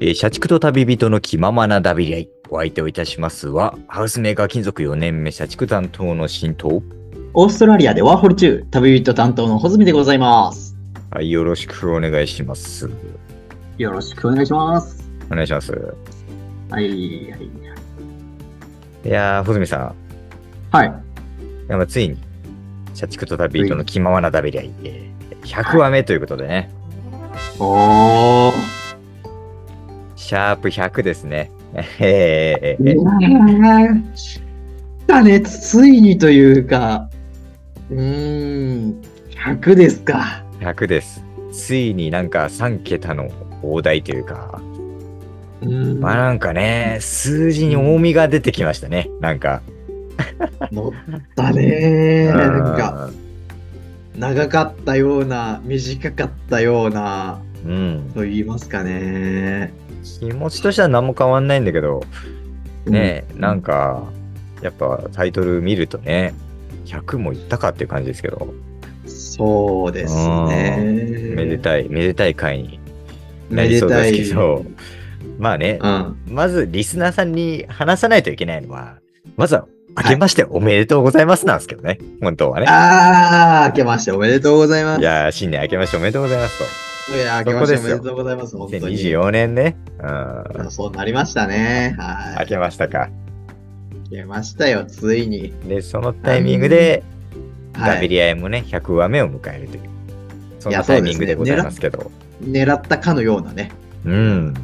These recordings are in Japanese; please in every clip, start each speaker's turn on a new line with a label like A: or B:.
A: えー社畜と旅人の気ままなダビリ合い。お相手をいたしますは、ハウスメーカー金属4年目社畜担当の新藤。
B: オーストラリアでワーホル中、旅人担当のホズミでございます。
A: はい、よろしくお願いします。
B: よろしくお願いします。
A: お願いします。
B: はい、はい。
A: いやー、穂積さ
B: はい。
A: ん、やっぱついに、社畜と旅人の気ままなダビリ合い、えー100話目ということでね、
B: おー。
A: シャープ100ですね。えー、
B: だね、ついにというか、うーん、100ですか。
A: 100です。ついになんか3桁の大台というか、
B: うーん、
A: まあなんかね、数字に重みが出てきましたね。なんか。
B: 乗ったね
A: う
B: ー。
A: ん
B: なんか、長かったような、短かったような、
A: うん。
B: と言いますかね。
A: 気持ちとしては何も変わんないんだけど、ね、なんか、やっぱタイトル見るとね、100もいったかっていう感じですけど、
B: そうですね。
A: めでたい、めでたい回にな
B: め
A: り
B: で
A: そう
B: たい。
A: ですけど、まあね、
B: うん。
A: まずリスナーさんに話さないといけないのは、まずは、明けましておめでとうございますなんですけどね、本当はね。
B: ああ、明けましておめでとうございます。
A: いやー、新年明けましておめでとうございますと。
B: いや、明けましておめでとうございます。本当に。
A: 2024年ね。うん。
B: そうなりましたね。は
A: 明けましたか。
B: い。明けましたよ、ついに。
A: で、そのタイミングで、
B: は
A: ダビ
B: い。
A: リアイもね、100話目を迎えるという、そんなタイミングでございますけど。
B: 狙ったかのようなね。
A: うん。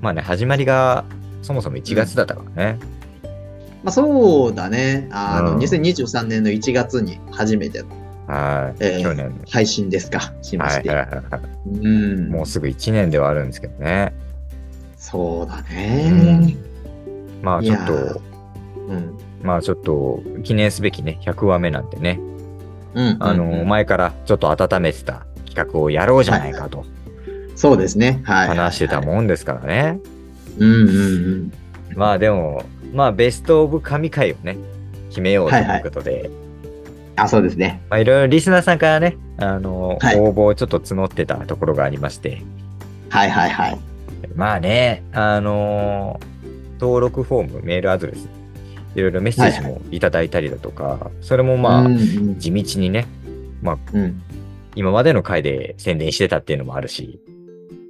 A: まあね、始まりが、そもそも1月だったからね。
B: まあ、そうだね。あ
A: う
B: の、
A: ん
B: 2023年の1月に初めて
A: はい、
B: えー
A: 去年。
B: 配信ですか、しま
A: は
B: し
A: いはい
B: て。
A: はいは
B: うん。
A: い。もうすぐ1年ではあるんですけどね。
B: そうだ
A: うん
B: ね。
A: まあ
B: い
A: ちょ
B: や
A: っ
B: ー
A: と、
B: うん。
A: まあちょっと、記念すべきね、100話目なんてね、
B: うん。
A: あの
B: うん
A: ー、前からちょっと温めてた企画をやろうじゃないかと
B: そうですね。はい。
A: 話してた
B: ん。
A: もんですからね。
B: うんうんうん。
A: まあでも、まあベストオブ神回をね、決めようということで、
B: あ、そうですね。
A: まあいろいろリスナーさんからね、あの、
B: はい
A: 応募をちょっと募ってたところがありまして、
B: はいはいはい。
A: まあね、あの登録フォーム、メールアドレス、いろいろメッセージもいただいたりだとか、それもまあ、
B: うんうん
A: 地道にね、
B: うん。
A: 今までの回で宣伝してたっていうのもあるし、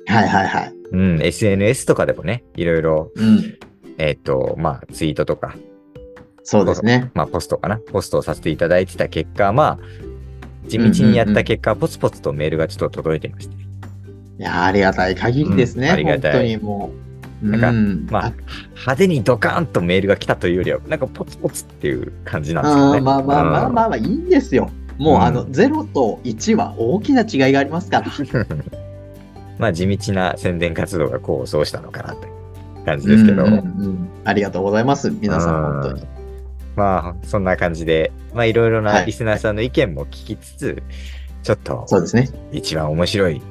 B: はいはいはい。
A: うん、SNS とかでもね、いろいろ、
B: うん。
A: えっ、と、まあ、ツイートとか、
B: そうですね。
A: まあ、ポストかな、ポストをさせていただいてた結果、まあ、地道にやった結果、ポツポツとメールがちょっと届いてまして、
B: いや、ありがたい限りですね。
A: うんありがたい
B: 本当にもう。
A: なんか
B: うん、
A: まあ、派手にドカーンとメールが来たというよりは、なんかポツポツっていう感じなんですよ
B: あ
A: ね。
B: ーまあまあまあまあまあいいんですよ。もう、
A: うん
B: あの0と1は大きな違いがありますから。
A: うんまあ地道な宣伝活動が功を奏したのかなという感じですけど、
B: うんうんうんありがとうございます皆さん本当に。
A: まあそんな感じで、まあいろいろ
B: は
A: ないリスナーさんの意見も聞きつつ、ちょっと
B: そうですね。
A: 一番面白い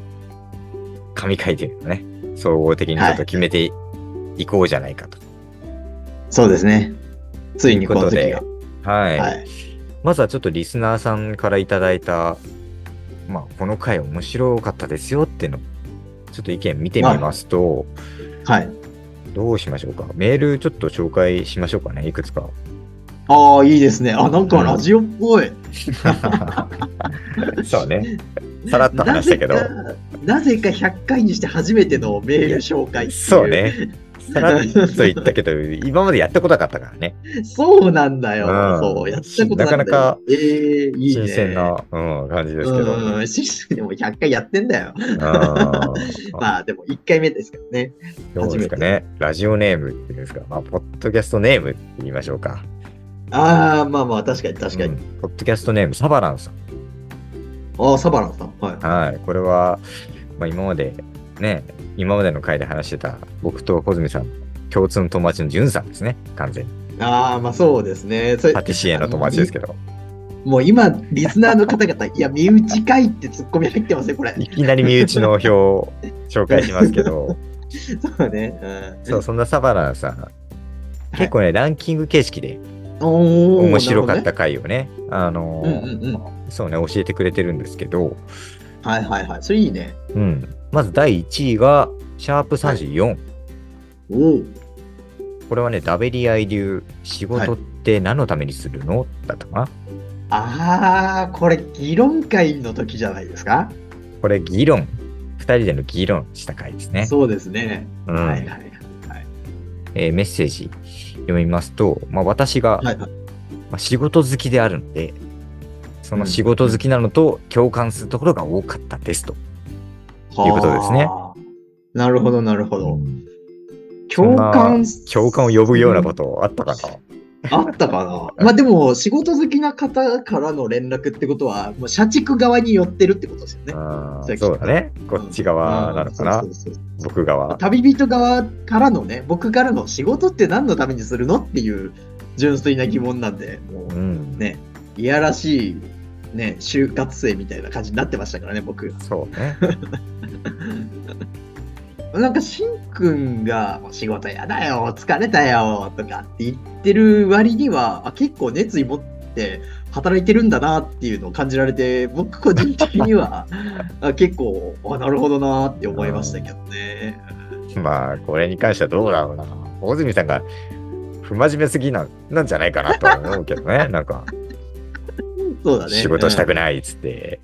A: 神回というのをね、総合的にちょっと決めていこうじゃないかと。
B: そうですね。ついにこの
A: と
B: 時
A: いう
B: が
A: こ。はい。
B: はい。
A: まずはちょっとリスナーさんからいただいた、まあこの回面白かったですよっていうのをちょっと意見見てみますと、
B: はい。
A: どうしましょうかメールちょっと紹介しましょうかね、いく つか。
B: ああいいですね。あなんかラジオっぽい。
A: そうね。さらっと話したけど、
B: なぜかなぜか100回にして初めてのメール紹介ってい
A: そう。ね。さらっと言ったけど、今までやったことなかったからね。
B: そうなんだよ。
A: うん
B: そうやったことんだよ
A: なかなか
B: えーいいね。
A: 新鮮な、うん、感じですけど。
B: うん、システムも100回やってんだよ。
A: うん
B: まあでも1回目ですけどね。
A: どうですかねラジオネームっていうんですか、まあ、ポッドキャストネームって言いましょうか。
B: ああ、まあまあ確かに確かに。
A: うんポッドキャストネーム、サバランさん。
B: ああ、サバランさん。はい。
A: はい。これは、まあ、今まで、ね、今までの回で話してた、僕と小泉さん、共通の友達のジュンさんですね、完全に。
B: ああ、まあそうですね。それ
A: パティシエの友達ですけど。
B: もう今、リスナーの方々、いや、身内かいってツッコミ入ってますね、これ。
A: いきなり身内の表を紹介しますけ ど、
B: そうね。うん、
A: そうそんなサバランさん、結構ね、ランキング形式で
B: おー
A: 面白かっ。
B: な
A: た回をね、あの
B: るほど
A: ー
B: ねうんうんうん。
A: そうね、教えてくれてるんですけど、
B: はいはいはい。それいいね。
A: うん、まず第1位が、シャープ34。
B: おう
A: これはね、ダベリアイ流、仕事って何のためにするの、だったかな。
B: ああ、これ議論会の時じゃないですか、
A: これ、議論。二人での議論した回ですね。
B: そうですね。
A: うん
B: はいはいはい。
A: えーメッセージ読みますと、まあ、私が、
B: はいはい
A: まあ、仕事好きであるので、その仕事好きなのと共感するところが多かったですと。いうことですね
B: はあ。なるほど、なるほど。
A: そん
B: 共
A: な
B: 感
A: 共感を呼ぶようなことあったか
B: あったかなまあでも、仕事好きな方からの連絡ってことは、もう社畜側に寄ってるってことですよね。
A: な、あ
B: そう
A: ー
B: や
A: そうだね。こっち側なのかな、
B: うんそうそうそう
A: 僕側。
B: 旅人側からのね、僕からの仕事って何のためにするのっていう純粋な疑問なんで、も
A: う、
B: うんね、いやらしい、ね、就活生みたいな感じになってましたからね、僕。
A: そうね。
B: なんか、しんくんが仕事やだよ、疲れたよ、とかって言ってる割には、あ結構熱意持って働いてるんだなっていうのを感じられて、僕個人的に はあ結構、あ、なるほどなって思いましたけどね。
A: まあ、これに関してはどうだろうな。大泉さんが不真面目すぎなんなんじゃないかなとは思うけど ね。なんか、
B: そうだね。
A: 仕事した
B: うん
A: くないっつって。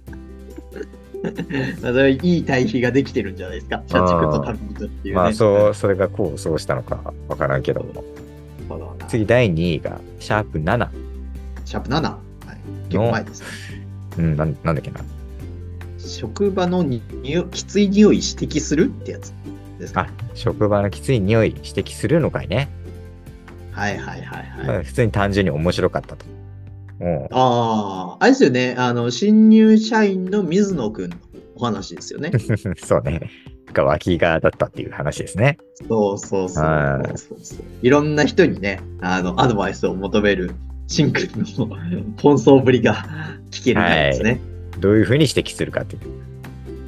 B: まあそれいい対比ができてるんじゃないですか。社畜と旅人っていうね。
A: まあ、そうう、それがこう、そうしたのかわからんけども。
B: ん。そうだな
A: 次、第2位が、シャープ7。
B: シャープ7。はい、結構前ですね。
A: うん、なんなんだっけな。
B: 職場のににおきつい匂い指摘するってやつですか
A: あ。、職場のきつい匂い指摘するのかいね。
B: はいはいはい
A: ま
B: はい。
A: あ普通に単純に面白かったと。うん。
B: ああ、あれですよね。あの、新入社員の水野くんのお話で すよね。
A: そうね。が脇がだったっていう話ですね。
B: そうそうそう
A: は
B: そうそう。いろんな人にね、あの、アドバイスを求める。シンくんの奔走ぶりが 聞けるんですね。
A: どういうふうに指摘するかっていう、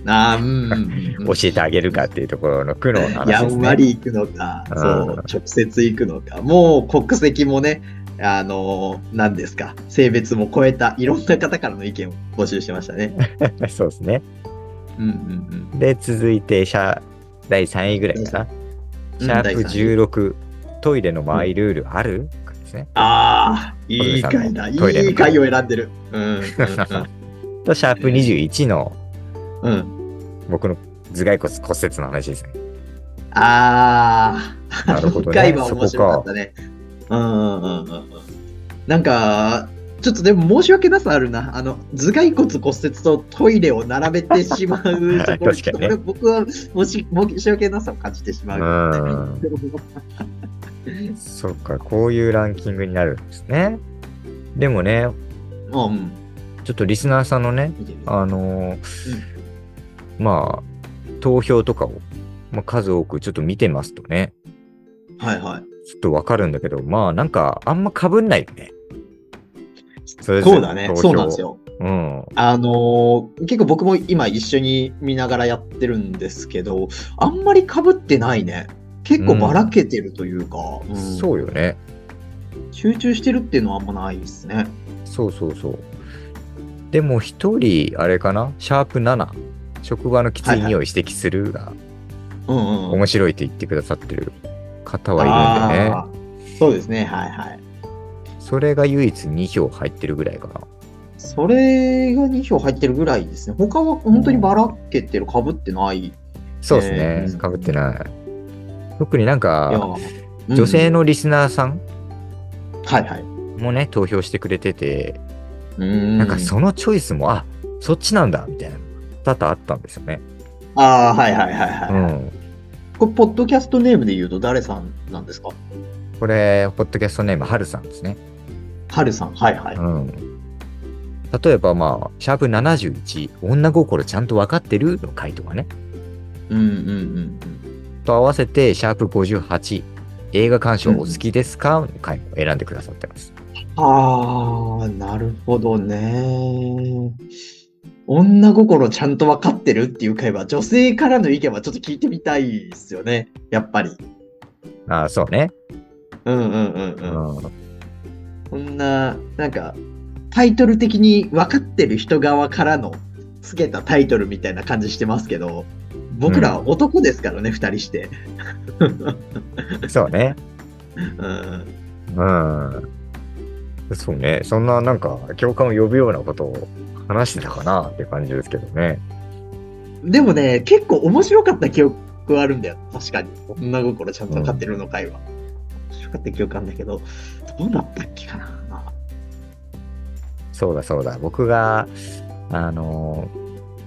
B: ああ、うんうんうん。
A: 教えてあげるかっていうところの苦悩の話です
B: や
A: ね。
B: んわり行くのか、
A: うん
B: そう、直接行くのか、もう国籍もね、あの、何ですか、性別も超えた、いろんな方からの意見を募集してましたね。
A: そうですね。
B: うんうん
A: で、続いて、シャ第3位ぐらいかな。
B: う
A: シ
B: ん
A: ャ
B: 第三
A: ープ16、トイレのマイルールある、ですね。
B: ああ、いい回だ、い
A: トイレの
B: い回を選んでる。うんうん
A: と、シャープ21の
B: うん、うん。
A: 僕の頭蓋骨骨折の話 ですね。
B: ああ、
A: なるほどね
B: 一回は面白かったね。うんうんうんうんうん。なんか、ちょっとでも申し訳なさあるな。あの、頭蓋骨骨折とトイレを並べてしまうところ
A: 確かにね
B: ちょっとこれ僕はもし申し訳なさを感じてしまうよね。
A: そうか、こういうランキングになるんですね。でもね、
B: もう、うん、
A: ちょっとリスナーさんのね、
B: 見てみよ
A: あのーまあ、投票とかを、まあ、数多くちょっと見てますとね、
B: うはいはい。
A: ちょっとわかるんだけど、まあ、なんか、あんま被んないよね。それぞれ
B: そうだね
A: 投。票
B: そうなんですよ。
A: うん。
B: あのー結構僕も今一緒に見ながらやってるんですけど、あんまり被ってないね。結構ばらけてるというか、うん
A: そうよね。
B: 集中してるっていうのはあんまないですね。
A: そうそうそう。でも、一人、あれかな、シャープ7、職場のきつい匂い指摘するが、
B: うんうん、
A: 面白いと言ってくださってる方はいるんでね。
B: あーそうですね、はいはい。
A: それが唯一2票入ってるぐらいかな。
B: それが2票入ってるぐらいですね。他は本当にばらけてる、かぶってない。い
A: そうです
B: え
A: ね。
B: ー
A: かぶってない。特になん
B: や
A: か、
B: うん
A: 女性のリスナーさん
B: はいはい。
A: もね、投票してくれてて、
B: な
A: なんかそのチョイスも、あそっちなんだ、みたいな、多々あったんですよね。
B: ああ、はいはいはいはい。
A: うん。
B: これ、ポッドキャストネームで言うと誰さんなんですか
A: これ、ポッドキャストネーム、はるさんですね。
B: はるさん。はいはい。
A: うん。例えば、まあ、シャープ71、女心ちゃんと分かってるの回とかね。
B: うんうんうんうん。
A: と合わせて、シャープ58、映画鑑賞お好きですか、の回も選んでくださってます。
B: ああ、なるほどね。女心ちゃんと分かってるっていう会話、女性からの意見はちょっと聞いてみたいですよね。やっぱり。
A: ああ、そうね。
B: うんうんうん
A: う
B: うん。
A: ん。
B: こんな、なんか、タイトル的に分かってる人側からのつけたタイトルみたいな感じしてますけど、僕らは男ですからね、二人して。
A: そうね。
B: うん。
A: うん。そうね。そんななんか共感を呼ぶようなことを話してたかなって感じですけどね。
B: でもね、結構面白かった記憶はあるんだよ。確かに。女心ちゃんと勝ってるの会は。面白かった記憶あるんだけど、どうだったっけかな。
A: そうだそうだ。僕が、あのー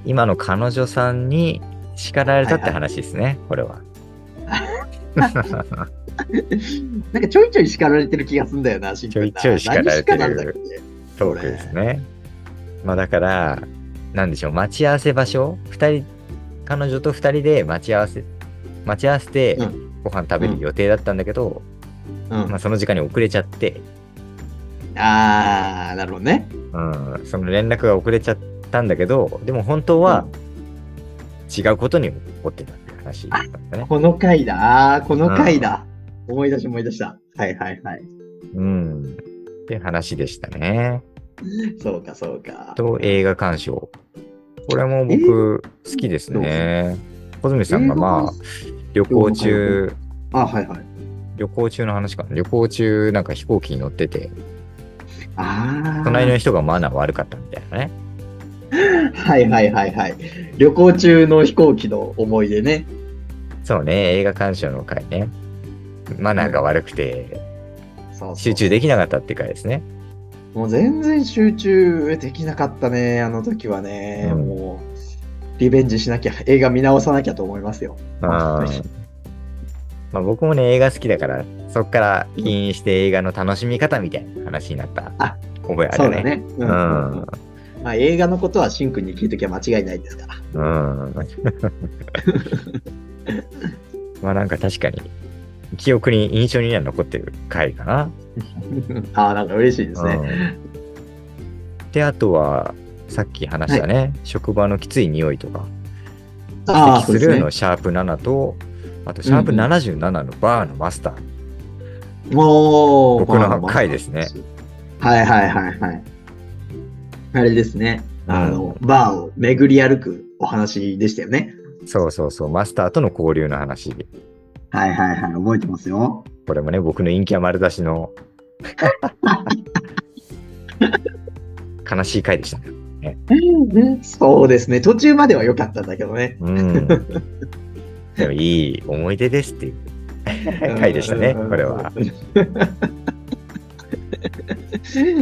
A: 今の彼女さんに叱られたって話ですね。こ れは。
B: なんかちょいちょい叱られてる気がするんだよな、ち
A: ちょいちょい叱られてるトークです
B: ね。
A: ね。まあだから、なんでしょう。待ち合わせ場所二人、彼女と二人で待ち合わせ、待ち合わせて
B: う
A: ご飯食べる予定だったんだけど、
B: うん、
A: まあその時間に遅れちゃって、
B: あー、なるほどね。
A: うん、その連絡が遅れちゃったんだけど、でも本当は違うことに起こってたって話だったんだね。
B: この回だ、あーこの回だ。思い出し思い出した。はいはいはい。
A: うん。っていう話でしたね。
B: そうかそうか。
A: と、映画鑑賞。これも僕、好きですね。小泉さんがまあ、旅行中、
B: あ、はいはい。
A: 旅行中の話かな。旅行中、なんか飛行機に乗ってて、
B: あ
A: 隣の
B: ー
A: 人がマナー悪かったみたいなね。
B: はいはいはいはい。旅行中の飛行機の思い出ね。
A: そうね、映画鑑賞の回ね。マナーが悪くて、
B: そうそう
A: 集中できなかったって回ですね。
B: もう全然集中できなかったね、あの時はね。
A: うん
B: もう、リベンジしなきゃ、映画見直さなきゃと思いますよ。
A: あーまあ、僕もね映画好きだからそっから起因して映画の楽しみ方みたいな話になった
B: あ
A: 覚えあ
B: そう
A: る
B: だ
A: ね。
B: ね。
A: う
B: うんうんうんまあ、映画のことはシンくんに聞いときゃ間違いないですから。
A: ん、 うん、まあなんか確かに記憶に印象には残ってる回かな。
B: ああ、なんか嬉しいですね。
A: うんであとはさっき話したね、職場のきつい匂いとか
B: ああ、
A: するのシャープ7とあとシャープ77のバーのマスター、
B: もう、
A: 僕の回ですね
B: はいはいはいはい。あれですね。
A: うん
B: あの、バーを巡り歩くお話でしたよね。
A: そうそうそうマスターとの交流の話
B: はいはいはい、覚えてますよ。
A: これもね、僕の陰キャ丸出し の悲しい回でしたね。
B: そうですね。途中までは良かったんだけどね。
A: うん。でもいい思い出ですっていう回でしたね、
B: うん
A: これは。。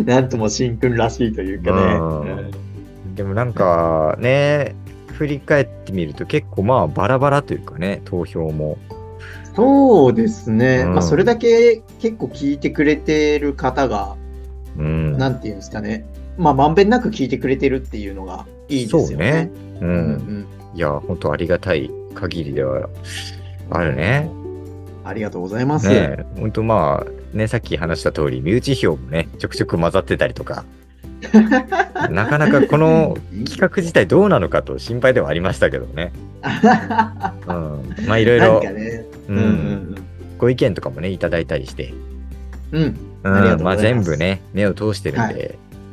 B: なんともしんくんらしいというかね。
A: でもなんかね、振り返ってみると結構まあバラバラというかね、投票も。
B: そうですね。
A: うん
B: まあ、それだけ結構聞いてくれてる方が
A: うん。
B: なんていうんですかね、まあ、まんべんなく聞いてくれてるっていうのがいいですよね。
A: う。
B: うんん
A: いや、本当ありがたい限りではあるね。
B: うん、ありがとうございます。
A: ねえ、本当まあ、ね、さっき話した通り、身内票もね、ちょくちょく混ざってたりと か、なかなかこの企画自体どうなのかと心配ではありましたけどね。
B: な
A: うん、まあ、いろい ろ
B: んか、ね、
A: う
B: うんんうん
A: ご意見とかもね、いただいたりして、
B: うん、うん、
A: うん
B: ありがとうございます
A: まあ、全部ね、目を通してるんで、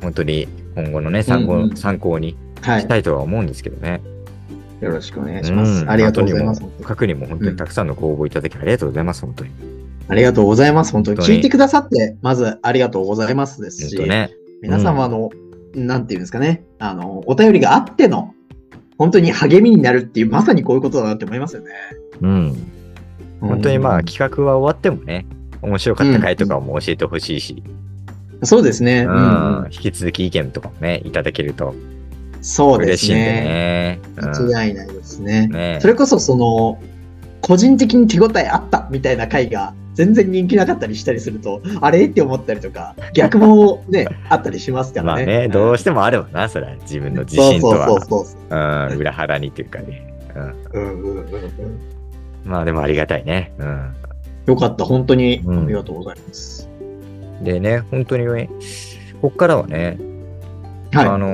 B: は
A: 本当に今後のね、参考,、
B: うんうん
A: 参考に
B: は
A: し
B: い、
A: たいとは思うんですけどね。
B: よろしくお願いします。
A: ん
B: ありがとうございます。
A: 後に
B: 本
A: も
B: 当に
A: 各にも本当にたくさんのご応募いただきありがとうございます、本当に。
B: ありがとうございます。本当に
A: 本当に
B: 聞いてくださって、まずありがとうございますです
A: 本
B: し、
A: 当ね。
B: 皆様の、なんていうんですかね、あの、お便りがあっての、本当に励みになるっていう、まさにこういうことだなって思いますよね。
A: うん。本当にまあ、企画は終わってもね、面白かった回とかも教えてほしいし、
B: うんそうですね。
A: う
B: うんんうん、
A: 引き続き意見とかもね、いただけると
B: そうで
A: 嬉し
B: す
A: いんで
B: ね。
A: ね。うん
B: 間違いないですね。
A: ね
B: それこそその個人的に手応えあったみたいな回が全然人気なかったりしたりするとあれって思ったりとか逆もねあったりしますか
A: ま
B: ら
A: あ
B: ね。
A: ね、どう
B: し
A: してもあるわな、それは自分の自
B: そう
A: 信と
B: そうそう
A: は、
B: そうそう。
A: うん裏腹にというかね。
B: うんうんうんうん
A: まあでもありがたいね。うん
B: よかった本当に
A: うん
B: ありがとうございます。
A: でね、本当にね、こっからはね、あ
B: は
A: の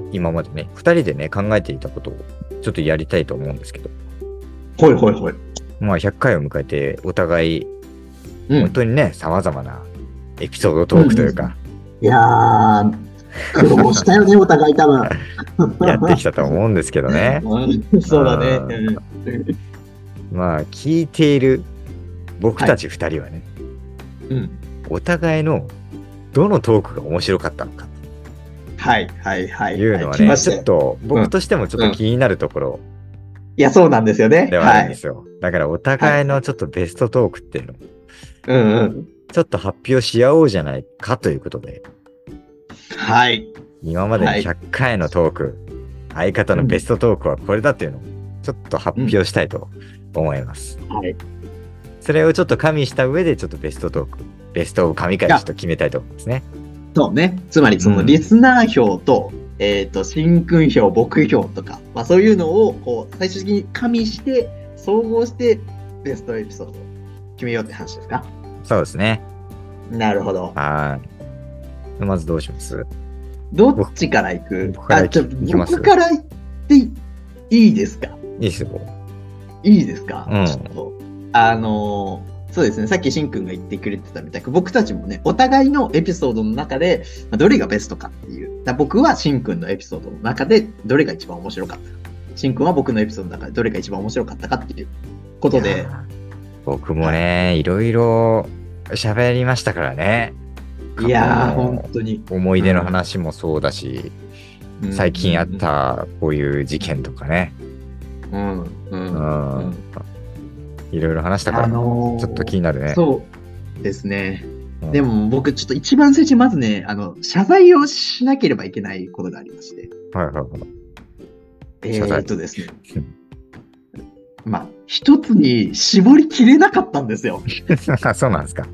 A: ー今までね、二人でね、考えていたことをちょっとやりたいと思うんですけど、
B: い。ほいほいほい。
A: まあ100回を迎えて、お互い、
B: うん
A: 本、当にね、様々なエピソードトークというか、
B: いやー苦労したよね、お互い多分。
A: やってきたと思うんですけどね。
B: うんそうだね。
A: まあ、聞いている僕たち2人はね、
B: うんうん。
A: お互いのどのトークが面白かったのか
B: はいはいはい。
A: というのは
B: 来
A: ね、
B: まし
A: ち
B: た
A: ょっ
B: よ
A: と僕としてもちょっと気になるところ
B: いや、そうなんですよね。
A: ではあ
B: は
A: るんで
B: い。
A: すよ。だからお互いのちょっとベストトークっていうのを
B: うんうん。
A: ちょっと発表し合おうじゃないかということで、
B: はい。
A: 今までの
B: はい
A: 100回のトーク、相方のベストトークはこれだっていうのをちょっと発表したいと思います。
B: はい。
A: それをちょっと加味した上で、ちょっとベストトーク、ベストを加味会ちょっと決めたいと思いますね。
B: そうね。つまり、そうの
A: ん
B: リスナー票と、えっ、と、新君票、僕票とか、まあそういうのを、こう、最終的に加味して、総合して、ベストエピソードを決めようって話ですか
A: そうですね。
B: なるほど。
A: はい。まずどうします
B: どっちから行く
A: 僕から行き
B: あちょ
A: 行きます
B: 僕から行っていいですか
A: いいですよ。
B: いいですか、
A: うん
B: ちょっと。あのーそうですね、さっきしんくんが言ってくれてたみたいに、僕たちもね、お互いのエピソードの中で、まあどれがベストかっていう。だから僕はしんくんのエピソードの中で、どれが一番面白かったか。しんくんは僕のエピソードの中で、どれが一番面白かったかっていうこと
A: い
B: で
A: や、ー僕もね、いろいろ喋りましたからね。
B: いやー、
A: もう
B: 本当に。
A: 思い出の話もそうだし、
B: うん
A: 最近あっ。たこういう事件とかね、
B: うん、うん、
A: う
B: うん
A: ん。いろいろ話したから、
B: あ
A: ち
B: のー
A: ょっと気になるね。
B: そうですね。
A: うん
B: でも僕、ちょっと一番最初にまずね、あの、謝罪をしなければいけないことがありまして。
A: はいはい はい。
B: え
A: 謝罪
B: ーっとですね。まあ、一つに絞りきれなかったんで すよ。
A: あそうなんですか。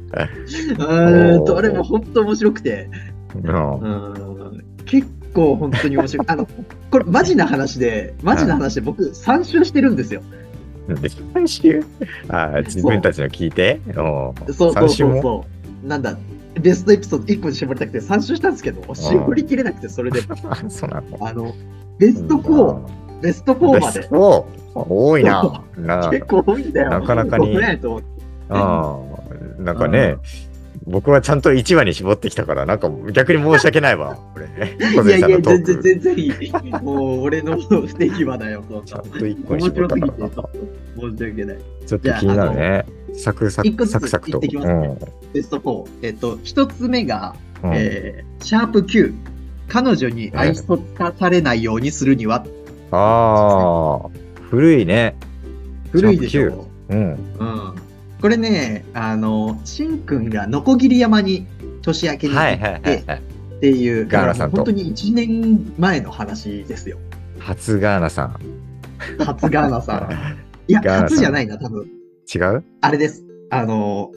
B: うーん
A: お
B: と、
A: ー
B: あれも本当面白くて。
A: うん
B: うーん結構本当に面白い。あの、これマジな話で、マジな話で僕、3周してるんですよ。
A: で三週あー自分たちの聞いて、おー
B: そうそう
A: 三週
B: そう
A: も
B: そう。なんだ、ベストエピソード1個に絞りたくて3周したんですけど、絞りきれなくて、それで、
A: あそうなの
B: あの、ベスト4、ベスト
A: うん
B: 4ま
A: ベ
B: で
A: ス。ト4多いな。な
B: 結構多いんだよ。
A: なかなかに
B: ごめんと思って
A: あーなんかね、僕はちゃんと1話に絞ってきたから、なんか逆に申し訳ないわ、これ。小
B: い
A: 杉
B: やい
A: さ
B: や、
A: んのトー
B: 全
A: ク
B: 然、全然いい。もう、俺の不手際だよ、そん
A: ちゃ。
B: なん
A: と1個
B: 面
A: に絞っ
B: 白
A: た
B: す
A: か
B: ぎ
A: ら
B: て、
A: な。
B: 申し訳ない。
A: ちょっと気になるね。サクサ
B: 一個
A: ク、
B: ずつ
A: サクサクと。
B: 言ってきますねベスト4。えっと、一つ目が、
A: うんうん
B: えーシャープ Q。彼女に愛想つかされないようにするには、
A: ああ、古いね。
B: 古いでしょ。
A: うん。
B: うん。これね、あの、しんくんがのこぎり山に年明けに
A: はい
B: 行
A: はい
B: っ
A: はい
B: て
A: はい。
B: っていう、
A: ガーラさんと
B: 本当に1年前の話ですよ。
A: 初ガーナさん。
B: 初ガーナさん。 いや、
A: ガーナさん
B: 初じゃないな、多分。
A: 違う
B: あれです。あの、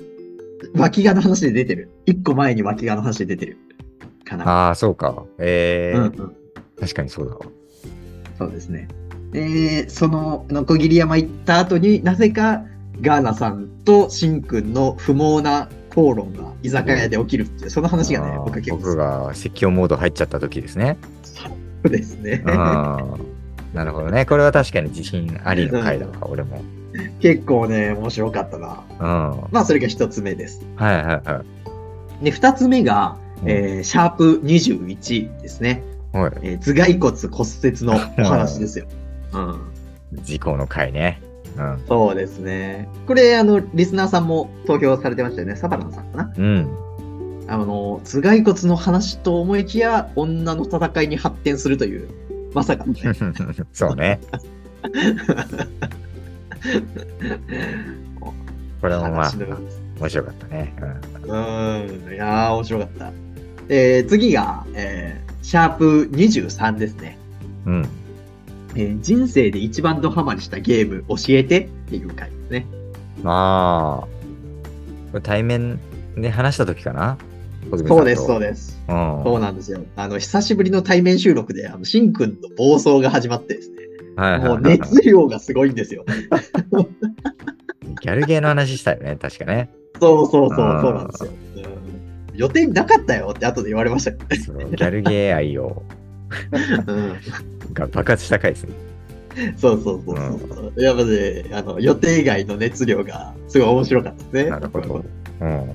B: 脇がの話で出てる。一個前に脇がの話で出てる。かな。
A: ああ、そうか。え
B: う
A: え
B: んうん。
A: 確かにそうだわ。
B: そうですね。で、その、のこぎり山行った後になぜか、ガーナさんとしんくんの不毛な口論が居酒屋で起きるっていう、その話がね
A: あ、ー
B: 僕は結構
A: 僕が説教モード入っちゃった時です ね。
B: そうですね。
A: あーなるほどね。これは確かに自信ありの回だわ、俺も。
B: 結構ね、面白かったな。
A: うん。は
B: まあ、それが一つ目です。
A: いはいは
B: で、二つ目が、
A: い。
B: えーシャープ21ですね。
A: うんはい。
B: えー頭蓋骨骨折のお話で すよ。うん。
A: 事故の回ね。うん。
B: そうですね。これ、あの、リスナーさんも投票されてましたよね。サバランさんかな。
A: うん。
B: あの、頭蓋骨の話と思いきや、女の戦いに発展するという、まさかのね。
A: そう ね。これもまあ
B: 話、の
A: 面白かったね。うん
B: うん。いやー、面白かった。えー次が、えーシャープ23ですね。
A: うん。
B: えー人生で一番ドハマりしたゲーム教えてっていう回ですね。
A: まあ、これ対面で話した時かな
B: そうです、そう
A: で
B: です。
A: す。うん。
B: そうなんですよ。あの、久しぶりの対面収録で、あの、しんくんの暴走が始まってですね。
A: はいはい
B: も
A: は
B: う
A: いはい
B: 熱量がすごいんですよ。
A: ギャルゲーの話したよね、確かね。
B: そうそうそう、そう
A: あー
B: なんですよ。うん予定なかったよって後で言われましたけ
A: そのギャルゲー愛を
B: ど、
A: が爆発した回 ですね。
B: そうそうそうそう。やっぱね、あの予定外の熱量がすごい面白かったですね。
A: なるほど。うん。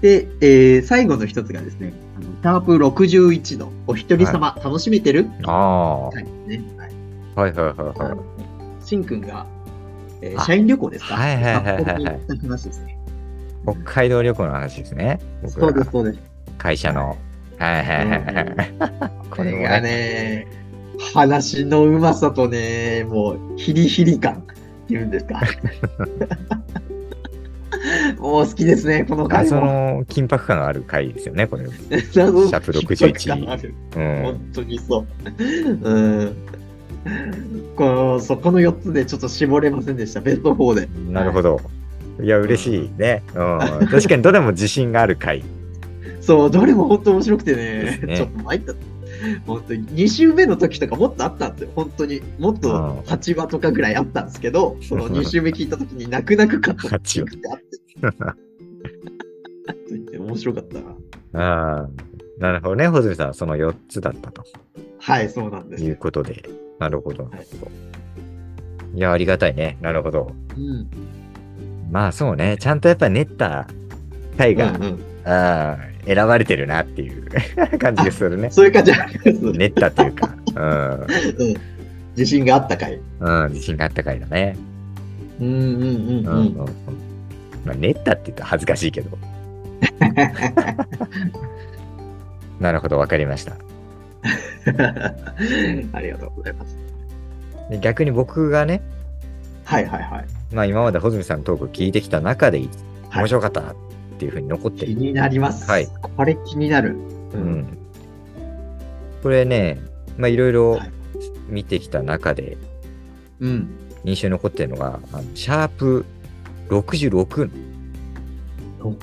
B: で、えー最後の一つがですね、あシャープ61のお一人様、楽しめてる
A: ああ、は
B: はいねは
A: いはい
B: い
A: はい
B: あ
A: はい。
B: のしんくんが、えー
A: あ
B: 社員旅行ですか
A: はいはいはいはいはい
B: 札幌に行った話ですね。
A: 北海道旅行の話ですね。
B: そ
A: 僕
B: うで
A: が
B: す、そうです。
A: 会社の。はいはいはいはいはい。
B: こ
A: こ
B: れ
A: れもね
B: がね、話のうまさとね、もうヒリヒリ感っていうんですか。 もう好きですね、この回
A: 謎
B: も。
A: の緊迫感のある回ですよね、これ。う
B: 謎の
A: シャープ61
B: 緊迫感ある
A: ん。
B: 本当にそう。うん。このそこの4つでちょっと絞れませんでした、ベスト4で。
A: なるほど。いや、嬉しいね。うん。確かにどれも自信がある回。
B: そう、どれも本当面白くて
A: で
B: ね、
A: すね
B: ちょっと参った。本当に2週目の時とかもっとあったんですよ、本当にもっ
A: うん
B: と8話とかぐらいあったんですけど、その2週目聞いた時に泣く泣くかったっていうのがあって。と言って面白かったな。
A: ああ。なるほどね、穂積さんはその4つだったと
B: はい、そうなんです
A: い
B: よ
A: う。ことで。なるほど、なるほど。いや、ありがたいね。なるほど。
B: うん。
A: まあそうね、ちゃんとやっぱ練った回が、
B: うんうん
A: あー選ばれてるなっていう 感じがするね。
B: そういう感じなんです、
A: 練ったっていうか、
B: うん自信があったかい。
A: うん、うん、自信があった回だね。
B: うんうんうん
A: う、
B: うん
A: うん
B: ん。
A: うん。まあ、練ったって言ったら恥ずかしいけど。なるほど、わかりました。
B: ありがとうございます。
A: で逆に僕がね、
B: はいはいはい。
A: まあ今まで穂積さんのトークを聞いてきた中で、
B: はい
A: 面白かったなっていうふうに残って
B: 気
A: る。
B: になります。
A: はい
B: これ気になる。う
A: う。ん。これね、まあいろいろ
B: はい
A: 見てきた中で、
B: うん。
A: 印象に残ってるのが、あのシャープ66、
B: 66。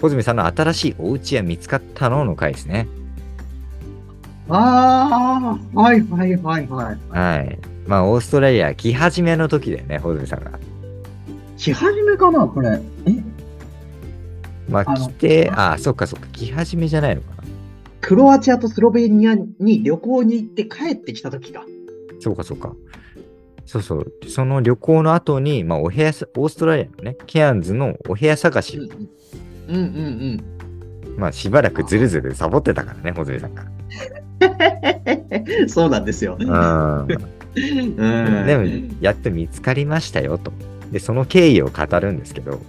A: 小泉さんの新しいお家は見つかったのの回ですね。
B: ああ、はいはいはいはい。
A: はい。まあ、オーストラリア来始めの時だよね、小泉さんが。
B: し始めかな、これ。え
A: まあ、
B: あの
A: 来て、ああ、そっかそっか、来始めじゃないのかな。
B: クロアチアとスロベニアに旅行に行って帰ってきた時か。
A: そうかそうか。そうそう。その旅行の後に、まあ、お部屋さ、オーストラリアのね、ケアンズのお部屋探し、
B: うんうんうん。
A: まあ、しばらくずるずるサボってたからね、小泉さんが。
B: うん、 そうなんですよ。
A: うん。
B: うん
A: でも、やっと見つかりましたよ、と。で、その経緯を語るんですけど、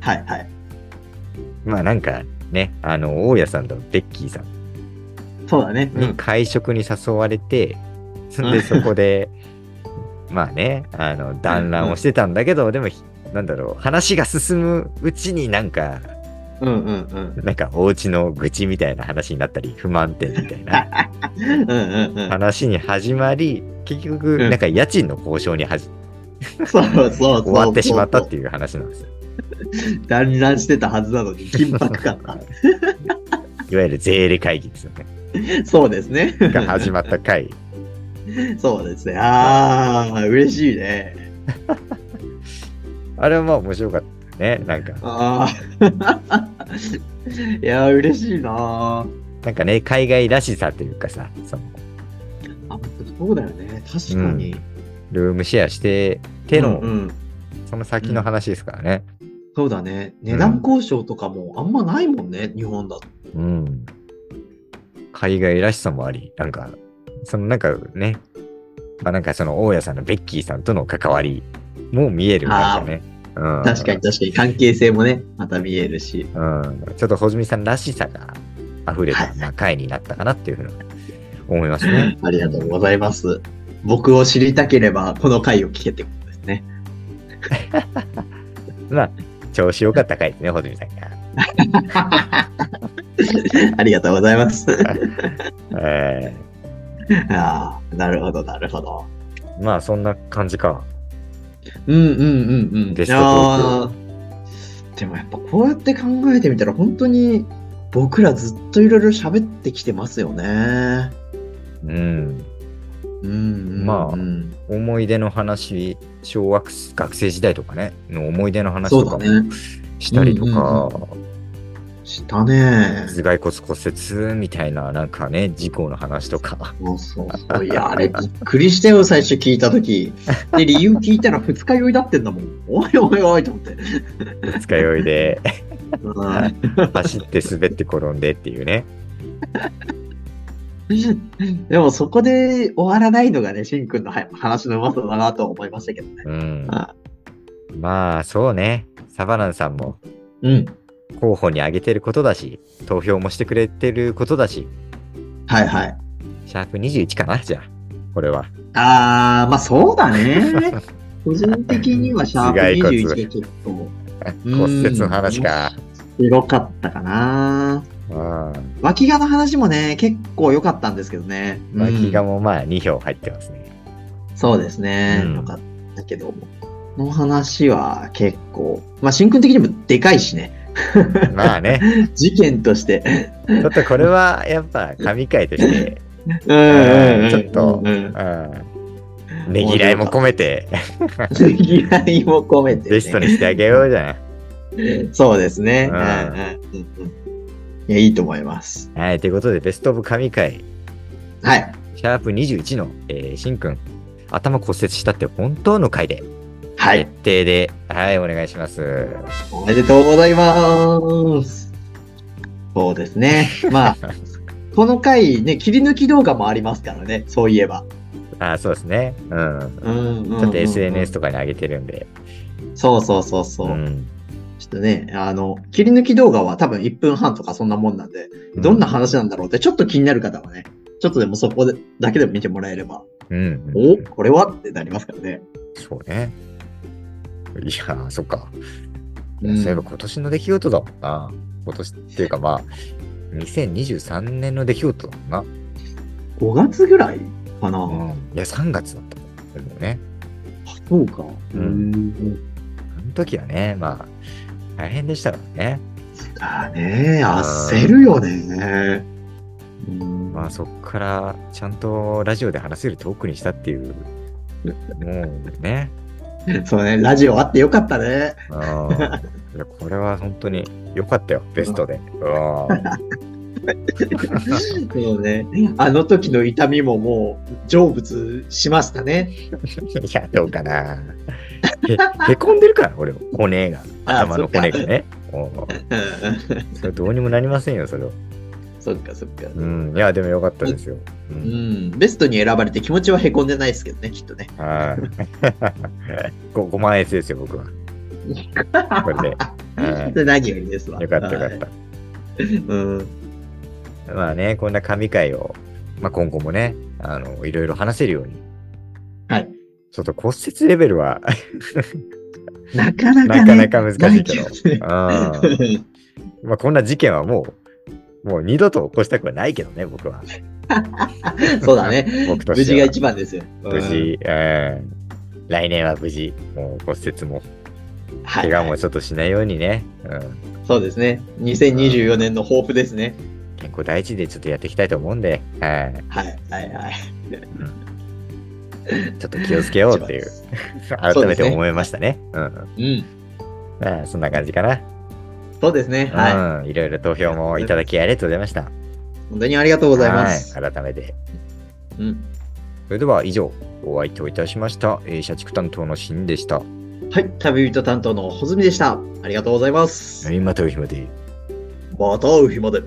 B: はいはい。
A: まあなんかね、あの、大家さんとベッキーさん
B: そうだね。う
A: に
B: ん
A: 会食に誘われて、
B: うん
A: で、そこで、 まあね、あの、団らんをしてたんだけど、でも、ひなんだろう、話が進むうちになんか、
B: うんうんうん。
A: なんかお家の愚痴みたいな話になったり、不満点みたい な
B: うんうんうん。
A: 話に始まり、結局、
B: うん
A: なんか家賃の交渉にはじ
B: そうそうそう。
A: 終わってしまったっていう話なんですよ。
B: 断乱してたはずなの に、緊迫感が。
A: いわゆる税理会議ですよね。
B: そうですね。
A: が始まった回。
B: そうですね。ああ、嬉しいね。
A: あれはまあ面白かったね。なんか、
B: ああ。 いや、嬉しいな。
A: なんかね、海外らしさというかさ、その
B: あそうだよね。確かに。
A: ルームシェアしてての、
B: うんうん
A: その先の話ですからね。
B: そうだね。値段交渉とかもあんまないもんね、日本だと。
A: うん。海外らしさもあり、なんか、そのなんかね、まあなんかその大家さんのベッキーさんとの関わりも見えるなんかね。うん、
B: 確かに確かに関係性もね、また見えるし。
A: うん、ちょっと穂積さんらしさが溢れた、まあ、回になったかなっていうふうに思います ね。
B: ありがとうございます。僕を知りたければ、この回を聞けって ことですね。
A: まあ、調子良かった回ですね、穂積さんが。
B: ありがとうございます。
A: え
B: ああ、なるほど、なるほど。
A: ーまあそんな感じか。
B: うんうんうんうん。
A: ベストト
B: あーでもやっぱこうやって考えてみたら本当に僕らずっといろいろ喋ってきてますよね。
A: うん。
B: うんうん、
A: まあ
B: うん
A: 思い出の話小学学生時代とかねの思い出の話
B: そ
A: と
B: う
A: か
B: だ
A: も
B: ね。
A: したりとか、
B: したね。
A: 頭蓋骨骨折みたいななんかね事故の話とか
B: そうそうそう。いや、あれびっくりしたよ、最初聞いたとき。で、理由聞いたら二日酔いだってんだもん。おいおいおいと思って。
A: 二日酔いで
B: う
A: 走って滑って転んでっていうね。
B: んでもそこで終わらないのがね、しんくんのは話のうまさだなと思いましたけどね。
A: うん。
B: あ
A: まあ、そうね。サバナンさんも
B: うん。
A: 候補に挙げてることだし、投票もしてくれてることだし、
B: はいはい。
A: シャープ21かな、じゃあ。これは。
B: あー、まあそうだ ね。個人的にはシャープ21がちょっとうん
A: 骨折の話か。
B: 強かったかな。
A: うん。
B: 脇がの話もね、結構良かったんですけどね。
A: 巻き
B: う
A: が
B: ん
A: もまあ2票入ってますね。
B: そうですね。
A: うん
B: 良、かったけども。この話は結構、まあ、新君的にもでかい しね。
A: まあね。
B: 事件として。
A: ちょっとこれはやっぱ神回として、
B: うんうんうん
A: ちょっと
B: うん
A: うん。ねぎらいも込めて、
B: ねぎらいも込めて、ね。
A: ベストにしてあげようじゃない。
B: そうですね。
A: うん
B: うんうんうんうんいや、いいと思います。
A: はい、ということで、ベストオブ神回、
B: はい。
A: シャープ21の、えー、しんくん、頭骨折したって本当の回で、
B: はい。
A: 決定で、はい、お願いします。
B: おめでとうございます。そうですね。ま あ、この回ね、切り抜き動画もありますからね、そういえば。
A: あ、そうですね。うん。
B: うんうんうんうん
A: ちょっと SNS とかに上げてるんで。
B: そうそうそうそうう。
A: ん。
B: ちょっとね、あの、切り抜き動画は多分1分半とかそんなもんなんで、どんな話なんだろうってちょっと気になる方はね、ちょっとでもそこでだけでも見てもらえれば、
A: うん。
B: おこれはってなりますからね。
A: そうね。いやー、そっか。
B: う
A: そういえば
B: ん、
A: 今年の出来事だもんな。今年っていうかまあ、2023年の出来事だもんな。
B: 5月ぐらいかな、
A: うん。いや、3月だったもん。でもね。
B: そうか。
A: うあの時はね、まあ、大変でしたからね。
B: だね、焦るよね。うん
A: まあそこからちゃんとラジオで話せるトークにしたっていう、もうね、
B: そうね、ラジオあってよかっ たね。
A: うんいやこれは本当に良かったよ、ベストで。うん
B: そうね、あの時の痛みももう成仏しましたね。
A: いや、どうかな。へへこんでるから、俺も、骨が、
B: あ
A: 頭の骨がね。うん
B: うん
A: それどうにもなりませんよ、それは。
B: そっかそっか。
A: うん、いや、でも良かったですよ。う
B: うんん、ベストに選ばれて気持ちはへこんでないですけどね、きっとね。
A: はい ごご満悦ですよ、 僕は。これで。は
B: で何よりですわ。
A: いよかった、よか
B: は
A: っ
B: い
A: た。
B: うん、
A: まあね、こんな神回を、まあ、今後もね、あの、いろいろ話せるように。
B: はい。
A: ちょっと骨折レベルは、
B: なかなか、
A: なか
B: ね、
A: なか難しいけど。うん。ま
B: ど。
A: あ、こんな事件はもう、もう二度と起こしたくはないけどね、僕は。
B: そうだね。
A: 僕とし
B: 無
A: て
B: 事
A: は
B: が一番ですよ。
A: 無事、うん。来年は無事、もう骨折も、
B: うん、はい
A: 怪我もちょっとしないようにね、うん。
B: そうですね。2024年の抱負ですね。
A: 健康第一でちょっとやっていきたいと思うんで、はい。
B: はいはいはい。
A: ちょっと気をつけようっていう、改めて思いましたね。うん。
B: うん。
A: まあ、そんな感じかな。
B: そうですね。は
A: うん、いろいろ投票もいただきありがとうございました。あり
B: い。本当にありがとうご
A: が
B: ざいます。
A: 改めて。
B: うん。
A: それでは以上、お相手をいたしました。えー社畜担当のシンでした。
B: はい。旅人担当の穂積でした。ありがとうございます。
A: 今とひまで。
B: また会う日まで。